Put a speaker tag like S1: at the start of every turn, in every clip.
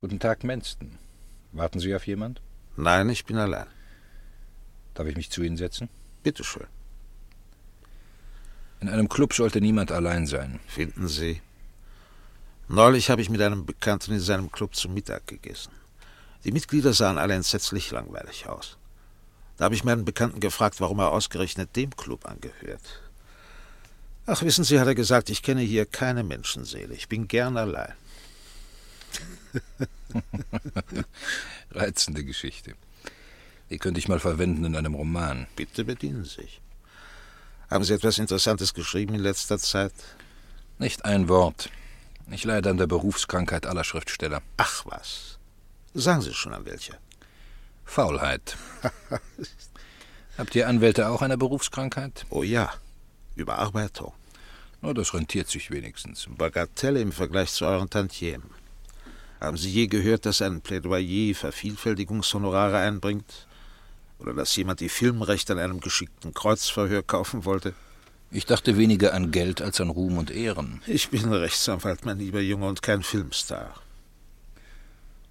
S1: Guten Tag, Menston. Warten Sie auf jemand?
S2: Nein, ich bin allein.
S1: Darf ich mich zu Ihnen setzen?
S2: Bitteschön.
S1: In einem Club sollte niemand allein sein.
S2: Finden Sie. Neulich habe ich mit einem Bekannten in seinem Club zu Mittag gegessen. Die Mitglieder sahen alle entsetzlich langweilig aus. Da habe ich meinen Bekannten gefragt, warum er ausgerechnet dem Club angehört. Ach, wissen Sie, hat er gesagt, ich kenne hier keine Menschenseele. Ich bin gern allein.
S1: Reizende Geschichte. Die könnte ich mal verwenden in einem Roman.
S2: Bitte bedienen Sie sich. Haben Sie etwas Interessantes geschrieben in letzter Zeit?
S1: Nicht ein Wort. Ich leide an der Berufskrankheit aller Schriftsteller.
S2: Ach was. Sagen Sie schon an welcher.
S1: Faulheit. Habt ihr Anwälte auch eine Berufskrankheit?
S2: Oh ja, Überarbeitung.
S1: Oh, das rentiert sich wenigstens.
S2: Bagatelle im Vergleich zu euren Tantiemen. Haben Sie je gehört, dass ein Plädoyer Vervielfältigungshonorare einbringt? Oder dass jemand die Filmrechte an einem geschickten Kreuzverhör kaufen wollte?
S1: Ich dachte weniger an Geld als an Ruhm und Ehren.
S2: Ich bin Rechtsanwalt, mein lieber Junge, und kein Filmstar.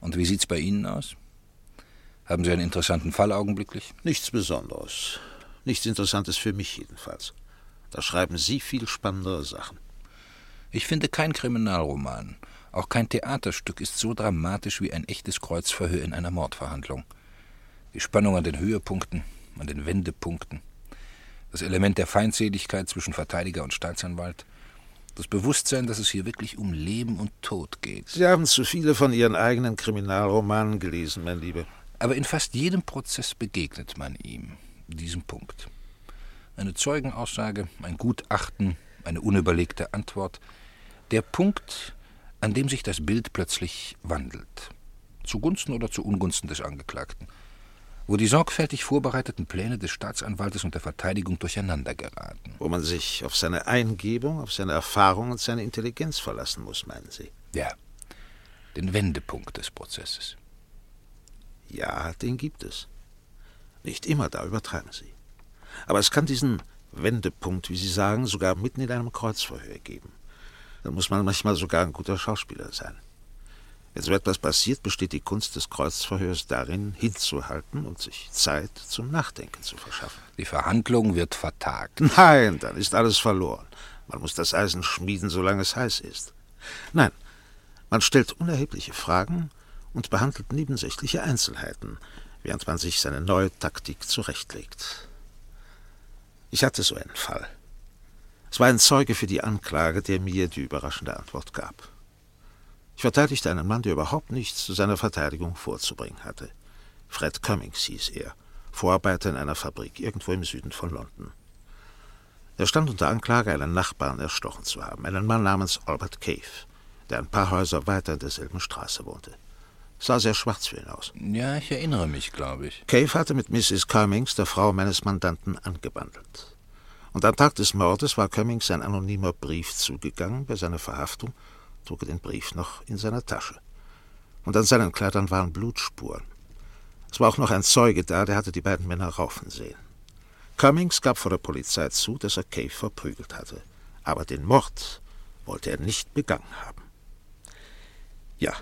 S1: Und wie sieht's bei Ihnen aus? Haben Sie einen interessanten Fall augenblicklich?
S2: Nichts Besonderes. Nichts Interessantes für mich jedenfalls. Da schreiben Sie viel spannendere Sachen.
S1: Ich finde kein Kriminalroman, auch kein Theaterstück ist so dramatisch wie ein echtes Kreuzverhör in einer Mordverhandlung. Die Spannung an den Höhepunkten, an den Wendepunkten, das Element der Feindseligkeit zwischen Verteidiger und Staatsanwalt, das Bewusstsein, dass es hier wirklich um Leben und Tod geht.
S2: Sie haben zu viele von Ihren eigenen Kriminalromanen gelesen, mein Lieber.
S1: Aber in fast jedem Prozess begegnet man ihm, diesem Punkt. Eine Zeugenaussage, ein Gutachten, eine unüberlegte Antwort. Der Punkt, an dem sich das Bild plötzlich wandelt. Zugunsten oder zu Ungunsten des Angeklagten. Wo die sorgfältig vorbereiteten Pläne des Staatsanwaltes und der Verteidigung durcheinander geraten.
S2: Wo man sich auf seine Eingebung, auf seine Erfahrung und seine Intelligenz verlassen muss, meinen Sie?
S1: Ja, den Wendepunkt des Prozesses.
S2: Ja, den gibt es. Nicht immer, da übertreiben Sie. Aber es kann diesen Wendepunkt, wie Sie sagen, sogar mitten in einem Kreuzverhör geben. Dann muss man manchmal sogar ein guter Schauspieler sein. Wenn so etwas passiert, besteht die Kunst des Kreuzverhörs darin, hinzuhalten und sich Zeit zum Nachdenken zu verschaffen.
S1: Die Verhandlung wird vertagt.
S2: Nein, dann ist alles verloren. Man muss das Eisen schmieden, solange es heiß ist. Nein, man stellt unerhebliche Fragen und behandelt nebensächliche Einzelheiten, während man sich seine neue Taktik zurechtlegt. Ich hatte so einen Fall. Es war ein Zeuge für die Anklage, der mir die überraschende Antwort gab. Ich verteidigte einen Mann, der überhaupt nichts zu seiner Verteidigung vorzubringen hatte. Fred Cummings hieß er, Vorarbeiter in einer Fabrik irgendwo im Süden von London. Er stand unter Anklage, einen Nachbarn erstochen zu haben, einen Mann namens Albert Cave, der ein paar Häuser weiter in derselben Straße wohnte. Es sah sehr schwarz für ihn aus.
S1: Ja, ich erinnere mich, glaube ich.
S2: Cave hatte mit Mrs. Cummings, der Frau meines Mandanten, angebandelt. Und am Tag des Mordes war Cummings ein anonymer Brief zugegangen. Bei seiner Verhaftung trug er den Brief noch in seiner Tasche. Und an seinen Kleidern waren Blutspuren. Es war auch noch ein Zeuge da, der hatte die beiden Männer raufen sehen. Cummings gab vor der Polizei zu, dass er Cave verprügelt hatte. Aber den Mord wollte er nicht begangen haben. Ja.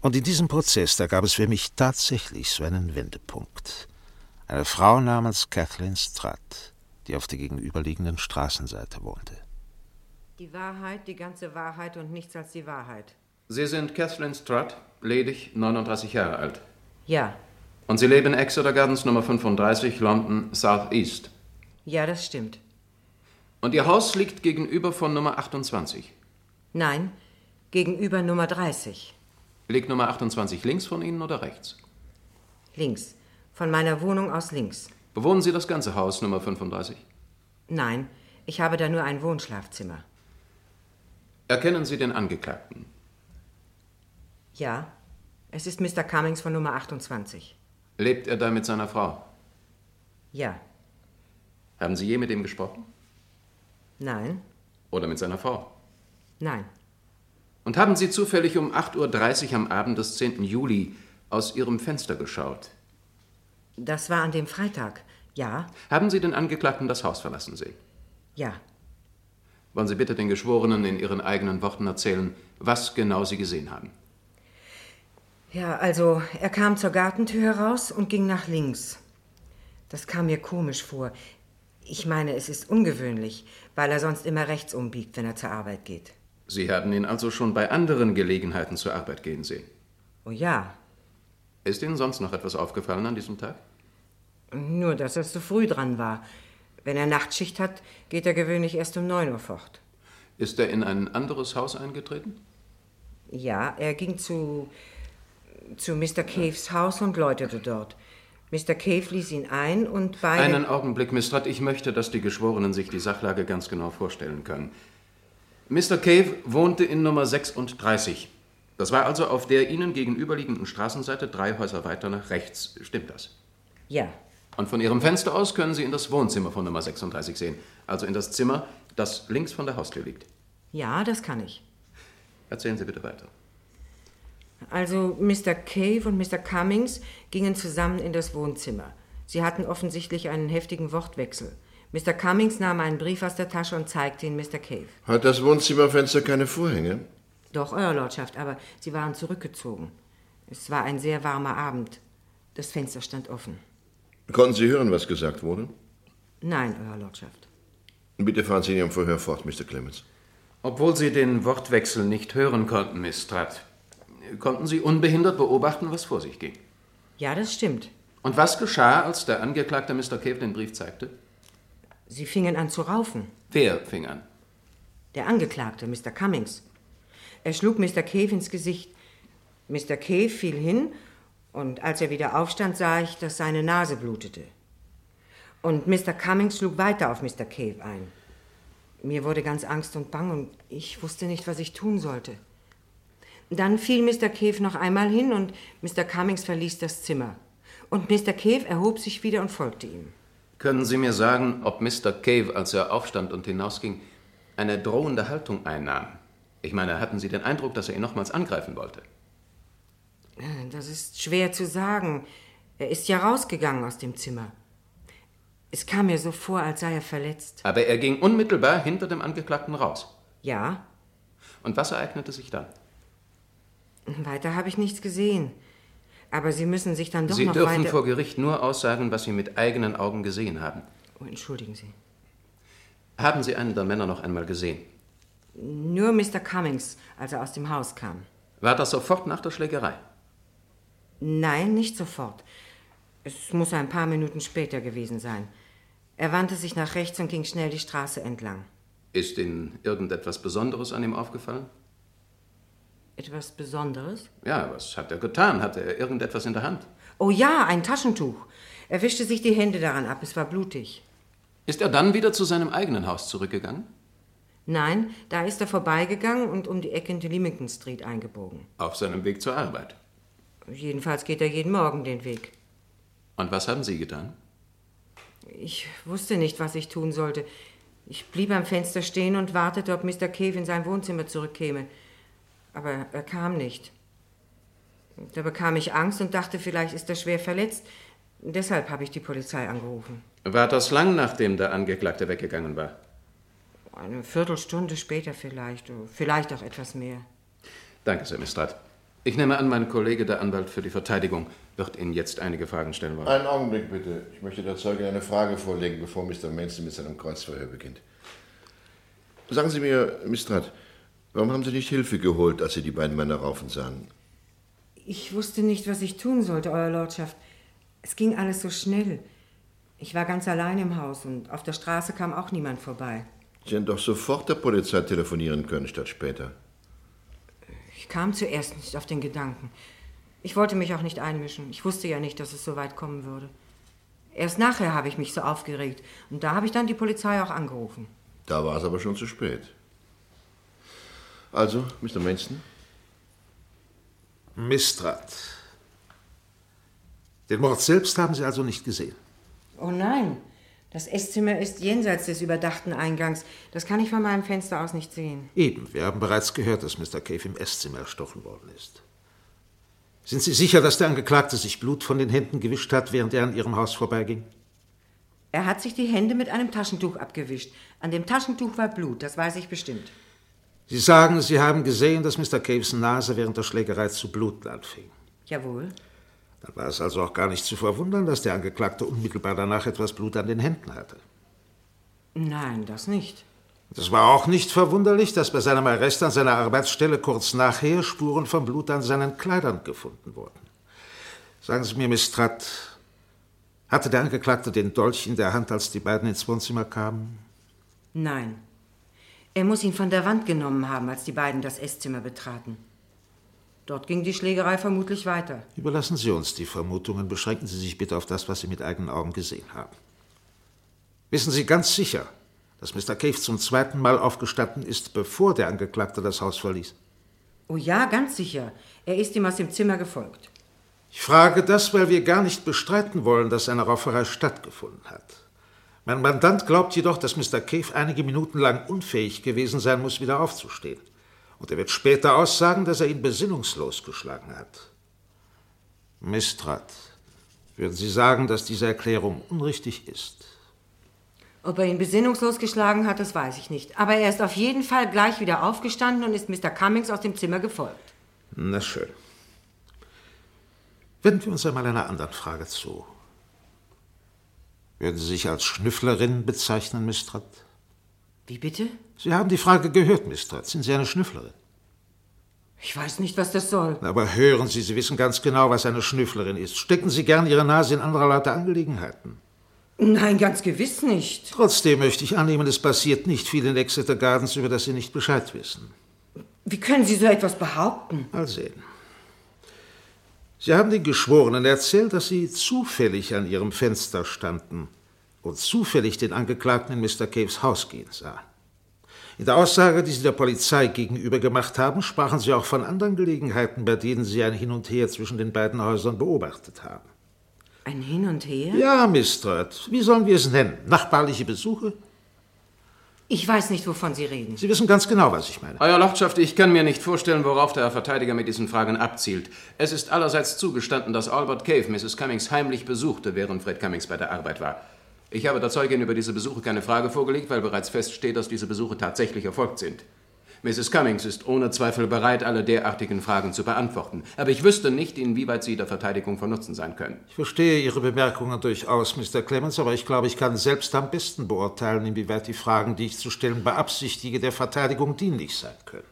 S2: Und in diesem Prozess, da gab es für mich tatsächlich so einen Wendepunkt. Eine Frau namens Kathleen Stratt die auf der gegenüberliegenden Straßenseite wohnte.
S3: Die Wahrheit, die ganze Wahrheit und nichts als die Wahrheit.
S4: Sie sind Kathleen Strutt, ledig, 39 Jahre alt.
S3: Ja.
S4: Und Sie leben in Exeter Gardens Nummer 35, London, South East.
S3: Ja, das stimmt.
S4: Und Ihr Haus liegt gegenüber von Nummer 28.
S3: Nein, gegenüber Nummer 30.
S4: Liegt Nummer 28 links von Ihnen oder rechts?
S3: Links. Von meiner Wohnung aus links.
S4: Bewohnen Sie das ganze Haus Nummer 35?
S3: Nein, ich habe da nur ein Wohnschlafzimmer.
S4: Erkennen Sie den Angeklagten?
S3: Ja, es ist Mr. Cummings von Nummer 28.
S4: Lebt er da mit seiner Frau?
S3: Ja,
S4: Haben Sie je mit ihm gesprochen?
S3: nein,
S4: Oder mit seiner Frau?
S3: nein,
S4: Und haben Sie zufällig um 8.30 Uhr am Abend des 10. Juli aus Ihrem Fenster geschaut?
S3: das war an dem Freitag. Ja,
S4: Haben Sie den Angeklagten das Haus verlassen sehen?
S3: ja,
S4: Wollen Sie bitte den Geschworenen in Ihren eigenen Worten erzählen, was genau Sie gesehen haben?
S3: Ja, also er kam zur Gartentür heraus und ging nach links. Das kam mir komisch vor. Ich meine, es ist ungewöhnlich, weil er sonst immer rechts umbiegt, wenn er zur Arbeit geht.
S4: Sie haben ihn also schon bei anderen Gelegenheiten zur Arbeit gehen sehen.
S3: Oh ja,
S4: Ist Ihnen sonst noch etwas aufgefallen an diesem Tag?
S3: nur dass er zu früh dran war. Wenn er Nachtschicht hat, geht er gewöhnlich erst um 9 Uhr fort.
S4: Ist er in ein anderes Haus eingetreten?
S3: Ja, er ging zu, zu Mr. Caves Haus und läutete dort. Mr. Cave ließ ihn ein und beide...
S4: Einen Augenblick, Miss Rudd. Ich möchte, dass die Geschworenen sich die Sachlage ganz genau vorstellen können. Mr. Cave wohnte in Nummer 36. Das war also auf der Ihnen gegenüberliegenden Straßenseite drei Häuser weiter nach rechts. Stimmt das?
S3: ja,
S4: Und von Ihrem Fenster aus können Sie in das Wohnzimmer von Nummer 36 sehen. Also in das Zimmer, das links von der Haustür liegt.
S3: ja, das kann ich.
S4: Erzählen Sie bitte weiter.
S3: Also Mr. Cave und Mr. Cummings gingen zusammen in das Wohnzimmer. Sie hatten offensichtlich einen heftigen Wortwechsel. Mr. Cummings nahm einen Brief aus der Tasche und zeigte ihn Mr. Cave.
S5: Hat das Wohnzimmerfenster keine Vorhänge?
S3: Doch, Euer Lordschaft, aber Sie waren zurückgezogen. Es war ein sehr warmer Abend. Das Fenster stand offen.
S5: Konnten Sie hören, was gesagt wurde?
S3: Nein, Euer Lordschaft.
S5: Bitte fahren Sie in Ihrem Verhör fort, Mr. Clemens.
S4: Obwohl Sie den Wortwechsel nicht hören konnten, Miss Stratt, konnten Sie unbehindert beobachten, was vor sich ging.
S3: Ja, das stimmt.
S4: Und was geschah, als der Angeklagte Mr. Cave den Brief zeigte?
S3: Sie fingen an zu raufen.
S4: Wer fing an?
S3: Der Angeklagte, Mr. Cummings. Er schlug Mr. Cave ins Gesicht. Mr. Cave fiel hin und als er wieder aufstand, sah ich, dass seine Nase blutete. Und Mr. Cummings schlug weiter auf Mr. Cave ein. Mir wurde ganz Angst und Bang und ich wusste nicht, was ich tun sollte. Dann fiel Mr. Cave noch einmal hin und Mr. Cummings verließ das Zimmer. Und Mr. Cave erhob sich wieder und folgte ihm.
S4: Können Sie mir sagen, ob Mr. Cave, als er aufstand und hinausging, eine drohende Haltung einnahm? Ich meine, hatten Sie den Eindruck, dass er ihn nochmals angreifen wollte?
S3: Das ist schwer zu sagen. Er ist ja rausgegangen aus dem Zimmer. Es kam mir so vor, als sei er verletzt.
S4: Aber er ging unmittelbar hinter dem Angeklagten raus.
S3: Ja,
S4: Und was ereignete sich dann?
S3: weiter habe ich nichts gesehen. Aber Sie müssen sich dann doch
S4: Sie
S3: noch
S4: dürfen
S3: weiter...
S4: vor Gericht nur aussagen, was Sie mit eigenen Augen gesehen haben.
S3: oh, entschuldigen Sie.
S4: Haben Sie einen der Männer noch einmal gesehen?
S3: Nur Mr. Cummings, als er aus dem Haus kam.
S4: War das sofort nach der Schlägerei?
S3: Nein, nicht sofort. Es muss ein paar Minuten später gewesen sein. Er wandte sich nach rechts und ging schnell die Straße entlang.
S4: Ist Ihnen irgendetwas Besonderes an ihm aufgefallen?
S3: Etwas Besonderes?
S4: Ja, was hat er getan? Hatte er irgendetwas in der Hand?
S3: Oh ja, ein Taschentuch. Er wischte sich die Hände daran ab. Es war blutig.
S4: Ist er dann wieder zu seinem eigenen Haus zurückgegangen?
S3: Nein, da ist er vorbeigegangen und um die Ecke in die Leamington Street eingebogen.
S4: Auf seinem Weg zur Arbeit.
S3: Jedenfalls geht er jeden Morgen den Weg.
S4: Und was haben Sie getan?
S3: Ich wusste nicht, was ich tun sollte. Ich blieb am Fenster stehen und wartete, ob Mr. Cave in sein Wohnzimmer zurückkäme. Aber er kam nicht. Da bekam ich Angst und dachte, vielleicht ist er schwer verletzt. Deshalb habe ich die Polizei angerufen.
S4: War das lang nachdem der Angeklagte weggegangen war?
S3: Eine Viertelstunde später vielleicht, oder vielleicht auch etwas mehr.
S4: Danke, Sir Mistrat. Ich nehme an, mein Kollege, der Anwalt für die Verteidigung, wird Ihnen jetzt einige Fragen stellen wollen.
S5: Einen Augenblick bitte. Ich möchte der Zeugin eine Frage vorlegen, bevor Mr. Manson mit seinem Kreuzverhör beginnt. Sagen Sie mir, Miss Stratt, warum haben Sie nicht Hilfe geholt, als Sie die beiden Männer raufen sahen?
S3: Ich wusste nicht, was ich tun sollte, Euer Lordschaft. Es ging alles so schnell. Ich war ganz allein im Haus und auf der Straße kam auch niemand vorbei.
S5: Sie hätten doch sofort der Polizei telefonieren können, statt später.
S3: Ich kam zuerst nicht auf den Gedanken. Ich wollte mich auch nicht einmischen. Ich wusste ja nicht, dass es so weit kommen würde. Erst nachher habe ich mich so aufgeregt und da habe ich dann die Polizei auch angerufen.
S5: Da war es aber schon zu spät. Also, Mr. Manson,
S2: Mistrat. Den Mord selbst haben Sie also nicht gesehen.
S3: Oh nein, das Esszimmer ist jenseits des überdachten Eingangs. Das kann ich von meinem Fenster aus nicht sehen.
S2: Eben, wir haben bereits gehört, dass Mr. Cave im Esszimmer erstochen worden ist. Sind Sie sicher, dass der Angeklagte sich Blut von den Händen gewischt hat, während er an Ihrem Haus vorbeiging?
S3: Er hat sich die Hände mit einem Taschentuch abgewischt. An dem Taschentuch war Blut, das weiß ich bestimmt.
S2: Sie sagen, Sie haben gesehen, dass Mr. Caves Nase während der Schlägerei zu bluten anfing.
S3: Jawohl.
S2: Dann war es also auch gar nicht zu verwundern, dass der Angeklagte unmittelbar danach etwas Blut an den Händen hatte.
S3: Nein, das nicht.
S2: Es war auch nicht verwunderlich, dass bei seinem Arrest an seiner Arbeitsstelle kurz nachher Spuren von Blut an seinen Kleidern gefunden wurden. Sagen Sie mir, Miss Stratt, hatte der Angeklagte den Dolch in der Hand, als die beiden ins Wohnzimmer kamen?
S3: Nein. Er muss ihn von der Wand genommen haben, als die beiden das Esszimmer betraten. Dort ging die Schlägerei vermutlich weiter.
S2: Überlassen Sie uns die Vermutungen, beschränken Sie sich bitte auf das, was Sie mit eigenen Augen gesehen haben. Wissen Sie ganz sicher, dass Mr. Cave zum zweiten Mal aufgestanden ist, bevor der Angeklagte das Haus verließ?
S3: Oh ja, ganz sicher. Er ist ihm aus dem Zimmer gefolgt.
S2: Ich frage das, weil wir gar nicht bestreiten wollen, dass eine Rauferei stattgefunden hat. Mein Mandant glaubt jedoch, dass Mr. Cave einige Minuten lang unfähig gewesen sein muss, wieder aufzustehen. Und er wird später aussagen, dass er ihn besinnungslos geschlagen hat. Mistrat, würden Sie sagen, dass diese Erklärung unrichtig ist?
S3: Ob er ihn besinnungslos geschlagen hat, das weiß ich nicht. Aber er ist auf jeden Fall gleich wieder aufgestanden und ist Mr. Cummings aus dem Zimmer gefolgt.
S2: Na schön. Wenden wir uns einmal einer anderen Frage zu. Würden Sie sich als Schnüfflerin bezeichnen, Mistrat?
S3: Wie bitte?
S2: Sie haben die Frage gehört, Mistrat. Sind Sie eine Schnüfflerin?
S3: Ich weiß nicht, was das soll.
S2: Aber hören Sie, Sie wissen ganz genau, was eine Schnüfflerin ist. Stecken Sie gern Ihre Nase in anderer Leute Angelegenheiten.
S3: Nein, ganz gewiss nicht.
S2: Trotzdem möchte ich annehmen, es passiert nicht viel in Exeter Gardens, über das Sie nicht Bescheid wissen.
S3: Wie können Sie so etwas behaupten?
S2: Mal sehen. Sie haben den Geschworenen erzählt, dass Sie zufällig an Ihrem Fenster standen und zufällig den Angeklagten in Mr. Caves Haus gehen sahen. In der Aussage, die Sie der Polizei gegenüber gemacht haben, sprachen Sie auch von anderen Gelegenheiten, bei denen Sie ein Hin und Her zwischen den beiden Häusern beobachtet haben.
S3: Ein Hin und Her?
S2: Ja, Mistrat, wie sollen wir es nennen? Nachbarliche Besuche?
S3: Ich weiß nicht, wovon Sie reden.
S2: Sie wissen ganz genau, was ich meine.
S4: Euer Lordschaft, ich kann mir nicht vorstellen, worauf der Herr Verteidiger mit diesen Fragen abzielt. Es ist allerseits zugestanden, dass Albert Cave Mrs. Cummings heimlich besuchte, während Fred Cummings bei der Arbeit war. Ich habe der Zeugin über diese Besuche keine Frage vorgelegt, weil bereits feststeht, dass diese Besuche tatsächlich erfolgt sind. Mrs. Cummings ist ohne Zweifel bereit, alle derartigen Fragen zu beantworten. Aber ich wüsste nicht, inwieweit sie der Verteidigung von Nutzen sein können.
S2: Ich verstehe Ihre Bemerkungen durchaus, Mr. Clemens, aber ich glaube, ich kann selbst am besten beurteilen, inwieweit die Fragen, die ich zu stellen beabsichtige, der Verteidigung dienlich sein können.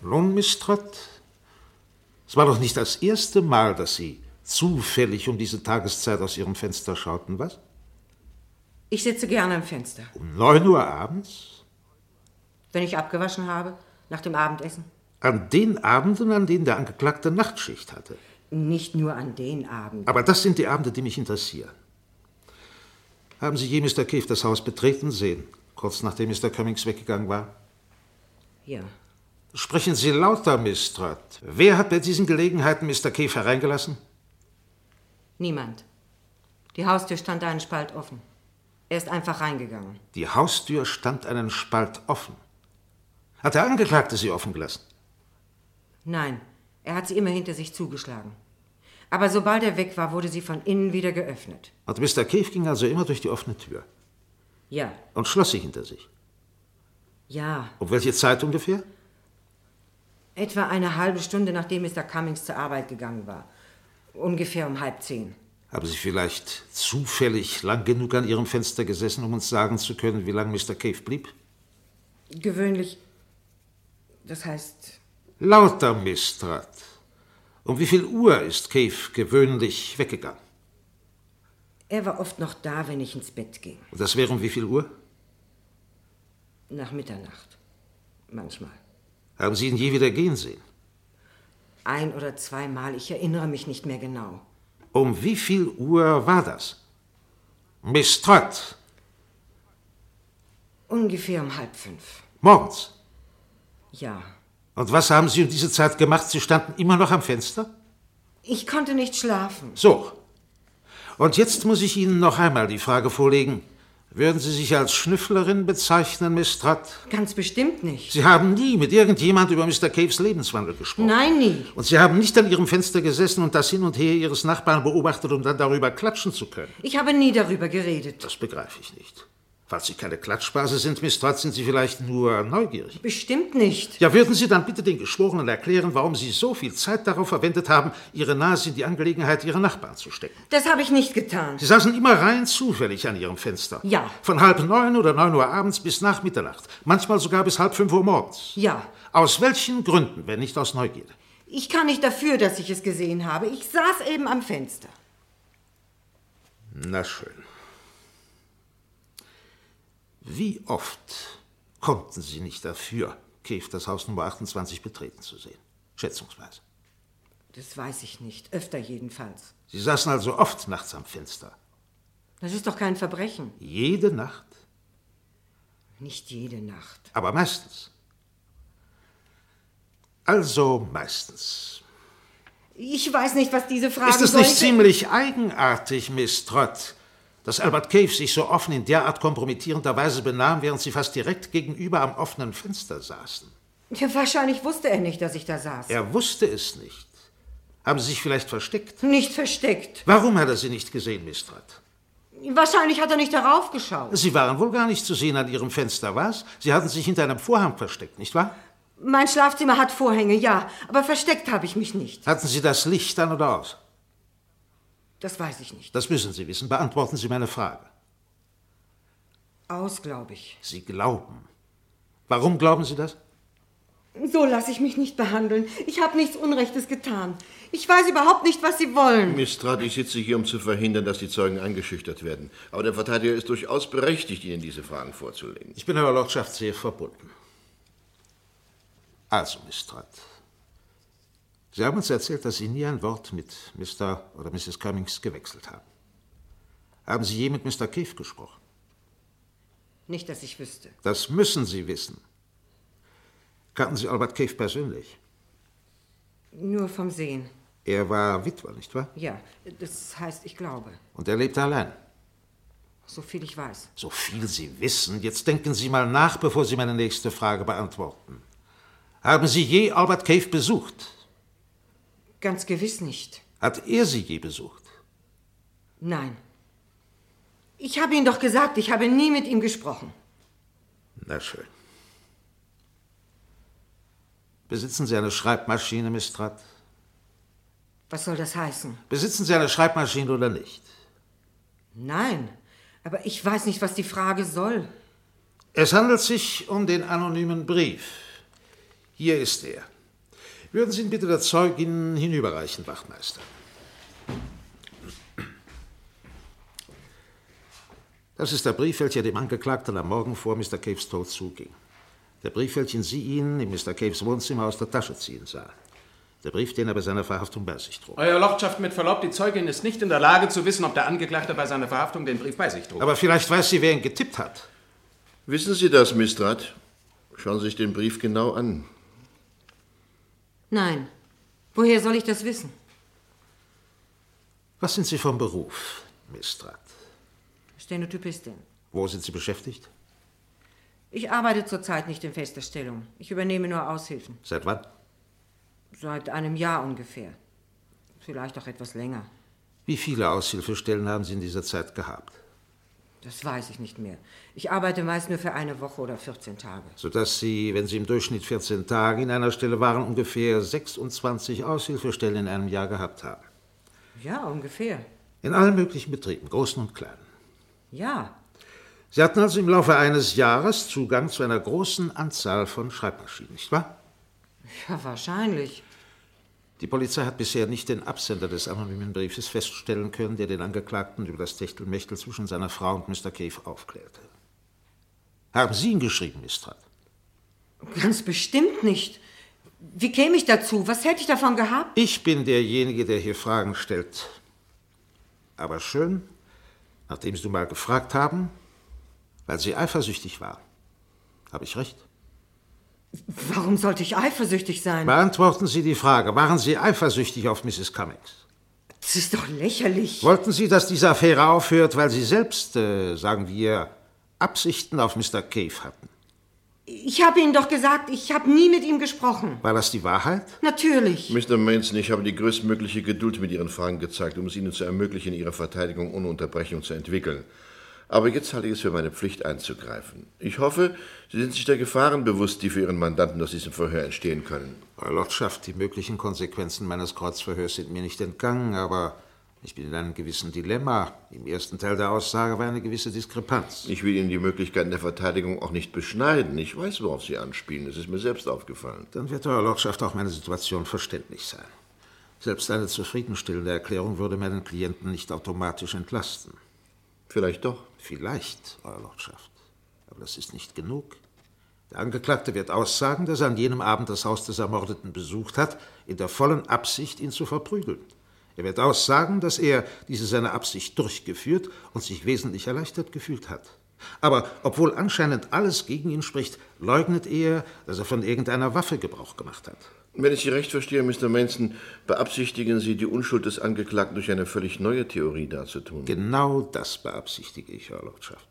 S2: Nun, Miss Trott, es war doch nicht das erste Mal, dass Sie zufällig um diese Tageszeit aus Ihrem Fenster schauten, was?
S3: Ich sitze gerne am Fenster.
S2: Um neun Uhr abends?
S3: Wenn ich abgewaschen habe, nach dem Abendessen?
S2: An den Abenden, an denen der Angeklagte Nachtschicht hatte.
S3: Nicht nur an den Abend.
S2: Aber das sind die Abende, die mich interessieren. Haben Sie je Mr. Keefe das Haus betreten sehen, kurz nachdem Mr. Cummings weggegangen war?
S3: Ja.
S2: Sprechen Sie lauter, Miss Strutt. Wer hat bei diesen Gelegenheiten Mr. Keefe hereingelassen?
S3: Niemand. Die Haustür stand einen Spalt offen. Er ist einfach reingegangen.
S2: Die Haustür stand einen Spalt offen. Hat der Angeklagte sie offen gelassen?
S3: Nein, er hat sie immer hinter sich zugeschlagen. Aber sobald er weg war, wurde sie von innen wieder geöffnet.
S2: Und Mr. Cave ging also immer durch die offene Tür
S3: Ja,
S2: und schloss sie hinter sich.
S3: ja.
S2: Um welche Zeit ungefähr?
S3: Etwa eine halbe Stunde, nachdem Mr. Cummings zur Arbeit gegangen war. Ungefähr um halb zehn.
S2: Haben Sie vielleicht zufällig lang genug an Ihrem Fenster gesessen, um uns sagen zu können, wie lange Mr. Cave blieb?
S3: Gewöhnlich. Das heißt,
S2: Lauter Mistrat. Um wie viel Uhr ist Cave gewöhnlich weggegangen?
S3: er war oft noch da, wenn ich ins Bett ging.
S2: Und das wäre um wie viel Uhr?
S3: Nach Mitternacht. Manchmal.
S2: Haben Sie ihn je wieder gehen sehen?
S3: Ein oder zweimal, ich erinnere mich nicht mehr genau.
S2: Um wie viel Uhr war das? Mistrat.
S3: Ungefähr um halb fünf.
S2: Morgens.
S3: Ja.
S2: Und was haben Sie um diese Zeit gemacht? Sie standen immer noch am Fenster?
S3: Ich konnte nicht schlafen.
S2: So. Und jetzt muss ich Ihnen noch einmal die Frage vorlegen. Würden Sie sich als Schnüfflerin bezeichnen, Miss Stratt?
S3: Ganz bestimmt nicht.
S2: Sie haben nie mit irgendjemand über Mr. Caves Lebenswandel gesprochen.
S3: Nein, nie.
S2: Und Sie haben nicht an Ihrem Fenster gesessen und das Hin und Her Ihres Nachbarn beobachtet, um dann darüber klatschen zu können.
S3: Ich habe nie darüber geredet.
S2: Das begreife ich nicht. Falls Sie keine Klatschbase sind, Miss Trott, sind Sie vielleicht nur neugierig.
S3: Bestimmt nicht.
S2: Ja, würden Sie dann bitte den Geschworenen erklären, warum Sie so viel Zeit darauf verwendet haben, Ihre Nase in die Angelegenheit Ihrer Nachbarn zu stecken?
S3: Das habe ich nicht getan.
S2: Sie saßen immer rein zufällig an Ihrem Fenster.
S3: Ja.
S2: Von halb neun oder neun Uhr abends bis nach Mitternacht. Manchmal sogar bis halb fünf Uhr morgens.
S3: Ja.
S2: Aus welchen Gründen, wenn nicht aus Neugierde?
S3: Ich kann nicht dafür, dass ich es gesehen habe. Ich saß eben am Fenster.
S2: Na schön. Wie oft konnten Sie nicht dafür, Keef das Haus Nummer 28 betreten zu sehen? Schätzungsweise.
S3: Das weiß ich nicht. Öfter jedenfalls.
S2: Sie saßen also oft nachts am Fenster.
S3: Das ist doch kein Verbrechen.
S2: Jede Nacht,
S3: Nicht jede Nacht.
S2: aber meistens. Also meistens.
S3: Ich weiß nicht, was diese Frage
S2: Ist es nicht
S3: sollte.
S2: ziemlich eigenartig, Miss Trott, dass Albert Cave sich so offen in derart kompromittierender Weise benahm, während Sie fast direkt gegenüber am offenen Fenster saßen?
S3: Ja, wahrscheinlich wusste er nicht, dass ich da saß.
S2: Er wusste es nicht. Haben Sie sich vielleicht versteckt?
S3: Nicht versteckt.
S2: Warum hat er Sie nicht gesehen, Miss Trott?
S3: Wahrscheinlich hat er nicht darauf geschaut.
S2: Sie waren wohl gar nicht zu sehen an Ihrem Fenster, was? Sie hatten sich hinter einem Vorhang versteckt, nicht wahr?
S3: Mein Schlafzimmer hat Vorhänge, ja, aber versteckt habe ich mich nicht.
S2: Hatten Sie das Licht an oder aus?
S3: Das weiß ich nicht.
S2: Das müssen Sie wissen. Beantworten Sie meine Frage.
S3: Aus, glaube ich.
S2: Sie glauben. Warum glauben Sie das?
S3: So lasse ich mich nicht behandeln. Ich habe nichts Unrechtes getan. Ich weiß überhaupt nicht, was Sie wollen.
S5: Miss Stratt, ich sitze hier, um zu verhindern, dass die Zeugen eingeschüchtert werden. Aber der Verteidiger ist durchaus berechtigt, Ihnen diese Fragen vorzulegen.
S2: Ich bin Ihrer Lordschaft sehr verbunden. Also, Miss Trott. Sie haben uns erzählt, dass Sie nie ein Wort mit Mr. oder Mrs. Cummings gewechselt haben. Haben Sie je mit Mr. Keefe gesprochen?
S3: Nicht, dass ich wüsste.
S2: Das müssen Sie wissen. Kannten Sie Albert Keefe persönlich?
S3: Nur vom Sehen.
S2: Er war Witwer, nicht wahr?
S3: Ja, das heißt, ich glaube.
S2: Und er lebte allein.
S3: So viel ich weiß.
S2: So viel Sie wissen, jetzt denken Sie mal nach, bevor Sie meine nächste Frage beantworten. Haben Sie je Albert Cave besucht?
S3: Ganz gewiss nicht.
S2: Hat er Sie je besucht?
S3: Nein. Ich habe Ihnen doch gesagt, ich habe nie mit ihm gesprochen.
S2: Na schön. Besitzen Sie eine Schreibmaschine, Miss Tratt?
S3: Was soll das heißen?
S2: Besitzen Sie eine Schreibmaschine oder nicht?
S3: Nein. Aber ich weiß nicht, was die Frage soll.
S2: Es handelt sich um den anonymen Brief. Hier ist er. Würden Sie ihn bitte der Zeugin hinüberreichen, Wachtmeister. Das ist der Brief, welcher dem Angeklagten am Morgen vor Mr. Caves Tod zuging. Der Brief, welchen Sie ihn in Mr. Caves Wohnzimmer aus der Tasche ziehen sah. Der Brief, den er bei seiner Verhaftung bei sich trug.
S4: Euer Lordschaft, mit Verlaub, die Zeugin ist nicht in der Lage zu wissen, ob der Angeklagte bei seiner Verhaftung den Brief bei sich trug.
S2: Aber vielleicht weiß sie, wer ihn getippt hat.
S5: Wissen Sie das, Miss Stratt? Schauen Sie sich den Brief genau an.
S3: Nein. Woher soll ich das wissen?
S2: Was sind Sie vom Beruf, Miss Stratt?
S3: Stenotypistin.
S2: Wo sind Sie beschäftigt?
S3: Ich arbeite zurzeit nicht in fester Stellung. Ich übernehme nur Aushilfen.
S2: Seit wann?
S3: Seit einem Jahr ungefähr. Vielleicht auch etwas länger.
S2: Wie viele Aushilfestellen haben Sie in dieser Zeit gehabt,
S3: Das weiß ich nicht mehr. Ich arbeite meist nur für eine Woche oder 14 Tage.
S2: sodass Sie, wenn Sie im Durchschnitt 14 Tage in einer Stelle waren, ungefähr 26 Aushilfestellen in einem Jahr gehabt haben?
S3: Ja, ungefähr.
S2: In allen möglichen Betrieben, großen und kleinen.
S3: Ja.
S2: Sie hatten also im Laufe eines Jahres Zugang zu einer großen Anzahl von Schreibmaschinen, nicht wahr?
S3: Ja, wahrscheinlich.
S2: Die Polizei hat bisher nicht den Absender des anonymen Briefes feststellen können, der den Angeklagten über das Techtelmechtel zwischen seiner Frau und Mr. Cave aufklärte. Haben Sie ihn geschrieben, Miss Stratt?
S3: Ganz bestimmt nicht. Wie käme ich dazu? Was hätte ich davon gehabt?
S2: Ich bin derjenige, der hier Fragen stellt. Aber schön, nachdem Sie mal gefragt haben, weil Sie eifersüchtig waren. Habe ich recht?
S3: Warum sollte ich eifersüchtig sein?
S2: Beantworten Sie die Frage, waren Sie eifersüchtig auf Mrs. Cummings?
S3: Das ist doch lächerlich.
S2: Wollten Sie, dass diese Affäre aufhört, weil Sie selbst, äh, sagen wir, Absichten auf Mr. Cave hatten?
S3: Ich habe Ihnen doch gesagt, ich habe nie mit ihm gesprochen.
S2: War das die Wahrheit?
S3: Natürlich.
S5: Mr. Manson, ich habe die größtmögliche Geduld mit Ihren Fragen gezeigt, um es Ihnen zu ermöglichen, Ihre Verteidigung ohne Unterbrechung zu entwickeln. Aber jetzt halte ich es für meine Pflicht einzugreifen. Ich hoffe, Sie sind sich der Gefahren bewusst, die für Ihren Mandanten aus diesem Verhör entstehen können.
S2: Euer Lordschaft, die möglichen Konsequenzen meines Kreuzverhörs sind mir nicht entgangen, aber ich bin in einem gewissen Dilemma. Im ersten Teil der Aussage war eine gewisse Diskrepanz.
S5: Ich will Ihnen die Möglichkeiten der Verteidigung auch nicht beschneiden. Ich weiß, worauf Sie anspielen. Es ist mir selbst aufgefallen.
S2: Dann wird Euer Lordschaft auch meine Situation verständlich sein. Selbst eine zufriedenstellende Erklärung würde meinen Klienten nicht automatisch entlasten.
S5: Vielleicht doch.
S2: Vielleicht, Euer Lordschaft. Aber das ist nicht genug. Der Angeklagte wird aussagen, dass er an jenem Abend das Haus des Ermordeten besucht hat, in der vollen Absicht, ihn zu verprügeln. Er wird aussagen, dass er diese seine Absicht durchgeführt und sich wesentlich erleichtert gefühlt hat. Aber obwohl anscheinend alles gegen ihn spricht, leugnet er, dass er von irgendeiner Waffe Gebrauch gemacht hat.
S5: Wenn ich Sie recht verstehe, Mr. Manson, beabsichtigen Sie, die Unschuld des Angeklagten durch eine völlig neue Theorie darzutun.
S2: Genau das beabsichtige ich, Herr Lordschaft.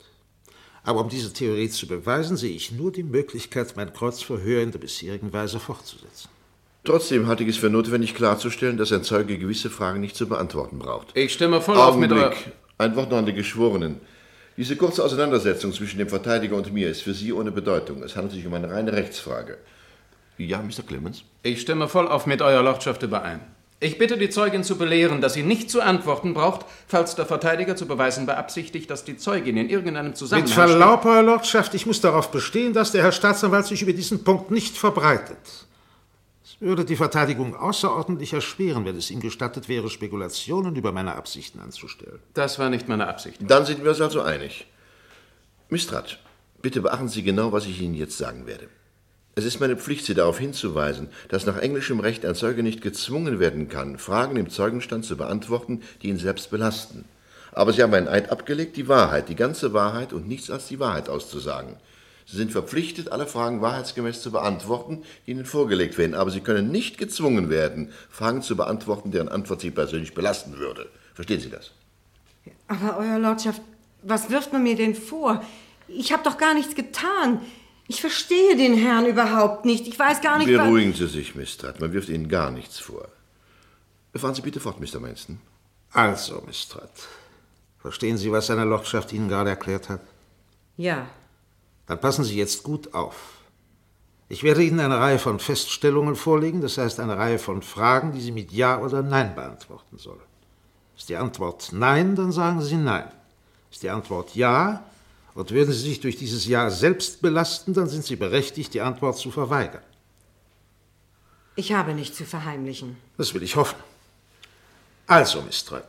S2: Aber um diese Theorie zu beweisen, sehe ich nur die Möglichkeit, mein Kreuzverhör in der bisherigen Weise fortzusetzen.
S5: Trotzdem halte ich es für notwendig klarzustellen, dass ein Zeuge gewisse Fragen nicht zu beantworten braucht.
S4: Ich stimme voll auf mit eurer...
S5: Augenblick. Ein Wort noch an die Geschworenen. Diese kurze Auseinandersetzung zwischen dem Verteidiger und mir ist für Sie ohne Bedeutung. Es handelt sich um eine reine Rechtsfrage. Ja, Mr. Clemens?
S4: Ich stimme voll auf mit eurer Lordschaft überein. Ich bitte die Zeugin zu belehren, dass sie nicht zu antworten braucht, falls der Verteidiger zu beweisen beabsichtigt, dass die Zeugin in irgendeinem Zusammenhang...
S2: Mit Verlaub, Euer Lordschaft, ich muss darauf bestehen, dass der Herr Staatsanwalt sich über diesen Punkt nicht verbreitet. Es würde die Verteidigung außerordentlich erschweren, wenn es ihm gestattet wäre, Spekulationen über meine Absichten anzustellen.
S4: Das war nicht meine Absicht.
S5: Dann sind wir uns also einig. Mistrat, bitte beachten Sie genau, was ich Ihnen jetzt sagen werde. Es ist meine Pflicht, Sie darauf hinzuweisen, dass nach englischem Recht ein Zeuge nicht gezwungen werden kann, Fragen im Zeugenstand zu beantworten, die ihn selbst belasten. Aber Sie haben einen Eid abgelegt, die Wahrheit, die ganze Wahrheit und nichts als die Wahrheit auszusagen. Sie sind verpflichtet, alle Fragen wahrheitsgemäß zu beantworten, die Ihnen vorgelegt werden. Aber Sie können nicht gezwungen werden, Fragen zu beantworten, deren Antwort Sie persönlich belasten würde. Verstehen Sie das?
S3: Aber Euer Lordschaft, was wirft man mir denn vor? Ich habe doch gar nichts getan. Ich verstehe den Herrn überhaupt nicht. Ich weiß gar nicht, wa-
S5: Beruhigen Sie sich, Miss Stratt. Man wirft Ihnen gar nichts vor. Fahren Sie bitte fort, Mr. Manston.
S2: Also, Miss Stratt, verstehen Sie, was seine Lordschaft Ihnen gerade erklärt hat?
S3: Ja,
S2: Dann passen Sie jetzt gut auf. Ich werde Ihnen eine Reihe von Feststellungen vorlegen, das heißt eine Reihe von Fragen, die Sie mit Ja oder Nein beantworten sollen. Ist die Antwort Nein, dann sagen Sie Nein. Ist die Antwort Ja, und würden Sie sich durch dieses Ja selbst belasten, dann sind Sie berechtigt, die Antwort zu verweigern.
S3: ich habe nichts zu verheimlichen.
S2: Das will ich hoffen. Also, Miss Trott,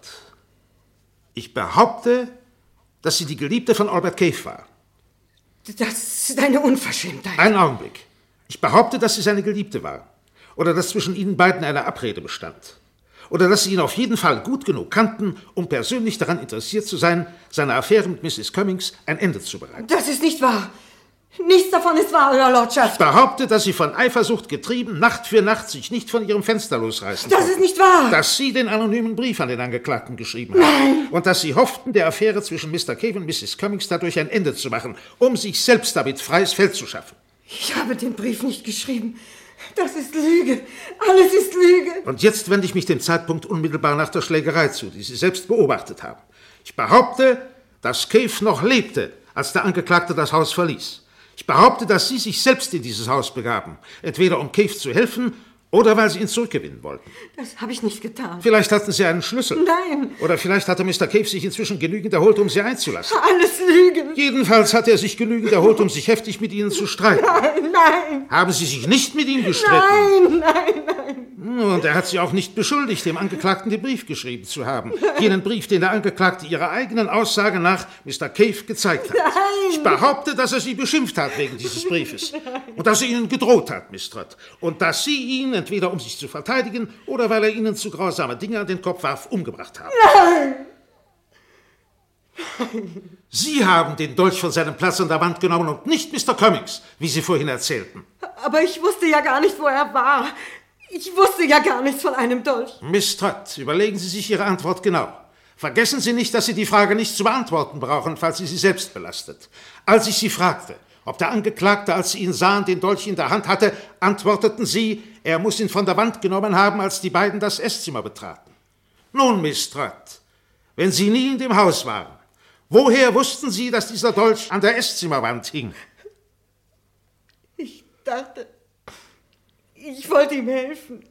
S2: ich behaupte, dass Sie die Geliebte von Albert Cave war.
S3: Das ist eine Unverschämtheit.
S2: Einen Augenblick. Ich behaupte, dass sie seine Geliebte war. Oder dass zwischen ihnen beiden eine Abrede bestand. Oder dass sie ihn auf jeden Fall gut genug kannten, um persönlich daran interessiert zu sein, seiner Affäre mit Mrs. Cummings ein Ende zu bereiten.
S3: Das ist nicht wahr. Nichts davon ist wahr, Euer
S2: Ich
S3: Lordschaft.
S2: behaupte, dass sie von Eifersucht getrieben, Nacht für Nacht sich nicht von ihrem Fenster losreißen
S3: Das
S2: konnte.
S3: ist nicht wahr.
S2: dass Sie den anonymen Brief an den Angeklagten geschrieben haben. Und dass Sie hofften, der Affäre zwischen Mr. Cave und Mrs. Cummings dadurch ein Ende zu machen, um sich selbst damit freies Feld zu schaffen.
S3: Ich habe den Brief nicht geschrieben. Das ist Lüge. Alles ist Lüge.
S2: Und jetzt wende ich mich dem Zeitpunkt unmittelbar nach der Schlägerei zu, die Sie selbst beobachtet haben. Ich behaupte, dass Cave noch lebte, als der Angeklagte das Haus verließ. Ich behaupte, dass Sie sich selbst in dieses Haus begaben, entweder um Cave zu helfen oder weil Sie ihn zurückgewinnen wollten.
S3: Das habe ich nicht getan.
S2: Vielleicht hatten Sie einen Schlüssel.
S3: Nein,
S2: Oder vielleicht hatte Mr. Cave sich inzwischen genügend erholt, um Sie einzulassen.
S3: alles Lüge.
S2: Jedenfalls hat er sich genügend erholt, um sich heftig mit Ihnen zu streiten.
S3: Nein, nein,
S2: Haben Sie sich nicht mit ihm gestritten?
S3: nein, nein, nein.
S2: Und er hat sie auch nicht beschuldigt, dem Angeklagten den Brief geschrieben zu haben. Jenen Brief, den der Angeklagte ihrer eigenen Aussage nach Mr. Cave gezeigt hat. Ich behaupte, dass er sie beschimpft hat wegen dieses Briefes. Und dass er ihnen gedroht hat, Miss Trott. Und dass sie ihn, entweder um sich zu verteidigen oder weil er ihnen zu grausame Dinge an den Kopf warf, umgebracht haben. Sie haben den Dolch von seinem Platz an der Wand genommen und nicht Mr. Cummings, wie Sie vorhin erzählten.
S3: Aber ich wusste ja gar nicht, wo er war. Ich wusste ja gar nichts von einem Dolch.
S2: Miss Trott, überlegen Sie sich Ihre Antwort genau. Vergessen Sie nicht, dass Sie die Frage nicht zu beantworten brauchen, falls Sie sie selbst belastet. Als ich Sie fragte, ob der Angeklagte, als Sie ihn sahen, den Dolch in der Hand hatte, antworteten Sie, er muss ihn von der Wand genommen haben, als die beiden das Esszimmer betraten. Nun, Miss Trott, wenn Sie nie in dem Haus waren, Woher wussten Sie, dass dieser Dolch an der Esszimmerwand hing?
S3: Ich dachte, ich wollte ihm helfen.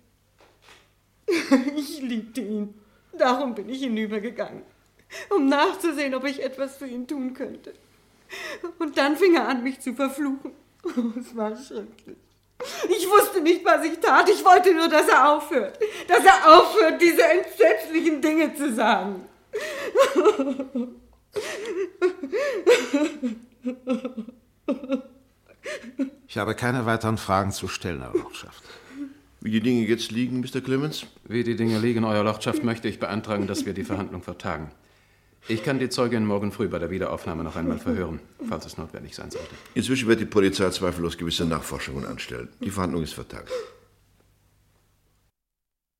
S3: Ich liebte ihn. Darum bin ich hinübergegangen, um nachzusehen, ob ich etwas für ihn tun könnte. Und dann fing er an, mich zu verfluchen. Oh, es war schrecklich. Ich wusste nicht, was ich tat. Ich wollte nur, dass er aufhört. Dass er aufhört, diese entsetzlichen Dinge zu sagen.
S2: Ich habe keine weiteren Fragen zu stellen, Herr Lordschaft.
S5: Wie die Dinge jetzt liegen, Mr. Clemens?
S4: Wie die Dinge liegen, Euer Lordschaft, möchte ich beantragen, dass wir die Verhandlung vertagen. Ich kann die Zeugin morgen früh bei der Wiederaufnahme noch einmal verhören, falls es notwendig sein sollte.
S5: Inzwischen wird die Polizei zweifellos gewisse Nachforschungen anstellen. Die Verhandlung ist vertagt.